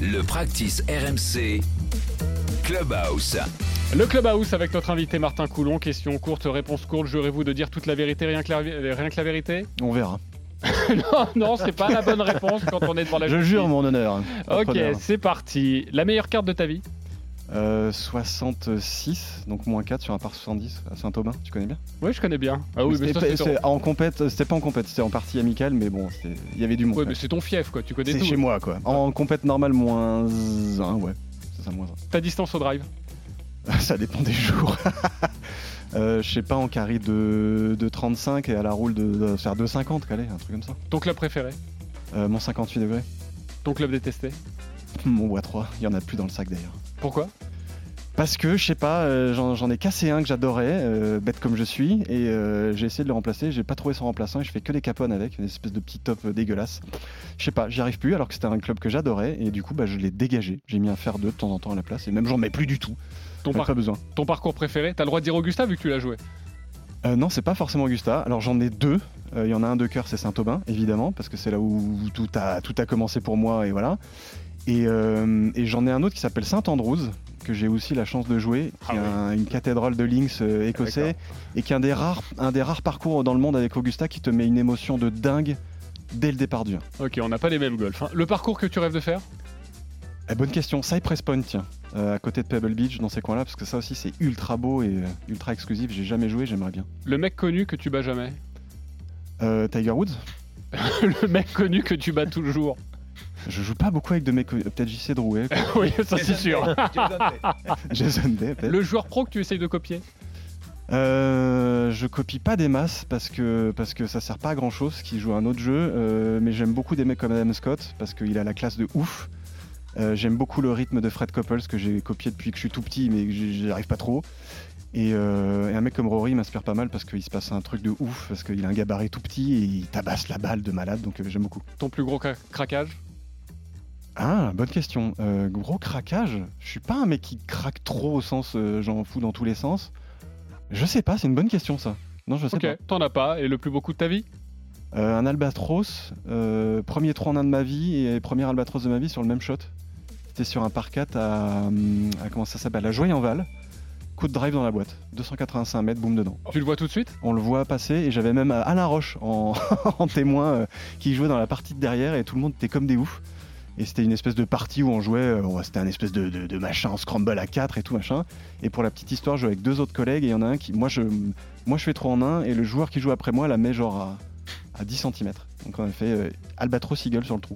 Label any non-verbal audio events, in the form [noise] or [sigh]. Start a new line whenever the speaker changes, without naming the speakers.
Le practice RMC Clubhouse.
Le Club House avec notre invité Martin Coulon. Question courte, réponse courte. Jurez-vous de dire toute la vérité, rien que la, euh, rien que la vérité [laughs]
On verra.
Non, non, c'est pas la bonne réponse quand on est devant la
Je
justice.
jure mon honneur.
Ok,
Preneur.
c'est parti. La meilleure carte de ta vie
Euh, 66, donc moins 4 sur un par 70 à Saint-Thomas, tu connais bien
Oui, je connais bien. Ah oui, mais,
C'était
ça, c'est
pas-
ton...
c'est- en compète, c'était pas en compète, c'était en partie amicale, mais bon, c'était- il y avait du monde.
ouais,
quand
mais
même.
c'est ton fief, quoi. Tu connais
c'est
tout.
chez moi quoi. En compète normale, moins 1, ouais. C'est ça, moins
Ta distance au drive
1. [laughs] ça dépend des jours. Euh, Je sais pas, en carré de, de 35 et à la roule de, de faire 2,50, calé, un truc comme ça.
Ton club préféré
Euh, mon 58 degrés, [laughs]
Ton club détesté
mon bois 3, il y en a plus dans le sac d'ailleurs.
Pourquoi
Parce que, je sais pas, euh, j'en j'en ai cassé un que j'adorais, euh, bête comme je suis, et euh, j'ai essayé de le remplacer, j'ai pas trouvé son remplaçant, et je fais que les capones avec, une espèce de petit top euh, dégueulasse. Je sais pas, j'y arrive plus, alors que c'était un club que j'adorais, et du coup, bah, je l'ai dégagé. J'ai mis un fer 2 de temps en temps à la place, et même j'en mets plus du tout.
ton,
J'en ai
par-
pas besoin.
ton parcours préféré T'as le droit de dire Augusta vu que tu l'as joué.
Euh, non, c'est pas forcément Augusta. Alors j'en ai deux. Euh, Il y en a un de cœur, c'est Saint-Aubin, évidemment, parce que c'est là où tout a, tout a commencé pour moi, et voilà. Et, euh, et j'en ai un autre qui s'appelle Saint-Andrews, que j'ai aussi la chance de jouer, qui
Ah
est
oui.
un- une cathédrale de Lynx euh, écossais, et qui est un des, rares, un des rares parcours dans le monde avec Augusta qui te met une émotion de dingue dès le départ du 1.
Ok, on n'a pas les mêmes golfs. hein. Le parcours que tu rêves de faire
Eh, bonne question, Cypress Point, tiens, euh, à côté de Pebble Beach, dans ces coins-là, parce que ça aussi c'est ultra beau et euh, ultra exclusif, j'ai jamais joué, j'aimerais bien.
Le mec connu que tu bats jamais [laughs]
Euh, Tiger Woods
Le mec connu que tu bats toujours [laughs]
Je joue pas beaucoup avec de mes... co- Peut-être JC Drouet, quoi.
Oui, ça
[laughs]
c'est sûr.
Jason Day, peut-être.
Le joueur pro que tu essayes de copier
Euh, je copie pas des masses parce que, parce que ça sert pas à grand chose qui joue à un autre jeu, euh, mais j'aime beaucoup des mecs comme Adam Scott parce qu'il a la classe de ouf. Euh, j'aime beaucoup le rythme de Fred Couples que j'ai copié depuis que je suis tout petit mais que j'y j'y arrive pas trop. Et, euh, et un mec comme Rory m'inspire pas mal parce qu'il se passe un truc de ouf, parce qu'il a un gabarit tout petit et il tabasse la balle de malade, donc euh, j'aime beaucoup.
Ton plus gros cra- craquage
Ah, bonne question. Euh, gros craquage. Je suis pas un mec qui craque trop au sens euh, j'en fous dans tous les sens. Je sais pas, c'est une bonne question ça. Non, je sais
Ok, t'en as pas. Et le plus beau coup de ta vie
pas. Euh, un albatros, euh, premier 3 en 1 de ma vie et premier albatros de ma vie sur le même shot. C'était sur un par 4 à, hum, à comment ça s'appelle À Joyenval. Coup de drive dans la boîte, 285 mètres, boum dedans.
Tu le vois tout de suite
On le voit passer et j'avais même euh, Alain Roche en, [laughs] en témoin euh, qui jouait dans la partie de derrière et tout le monde était comme des oufs. Et c'était une espèce de partie où on jouait, euh, on- c'était un espèce de, de- de machin en scramble à 4 et tout machin. Et pour la petite histoire, je jouais avec deux autres collègues et il y en a un qui. Moi je, moi je fais 3 en 1 et le joueur qui joue après moi la met genre à, à 10 cm. Donc on a fait euh, Albatros Eagle sur le trou.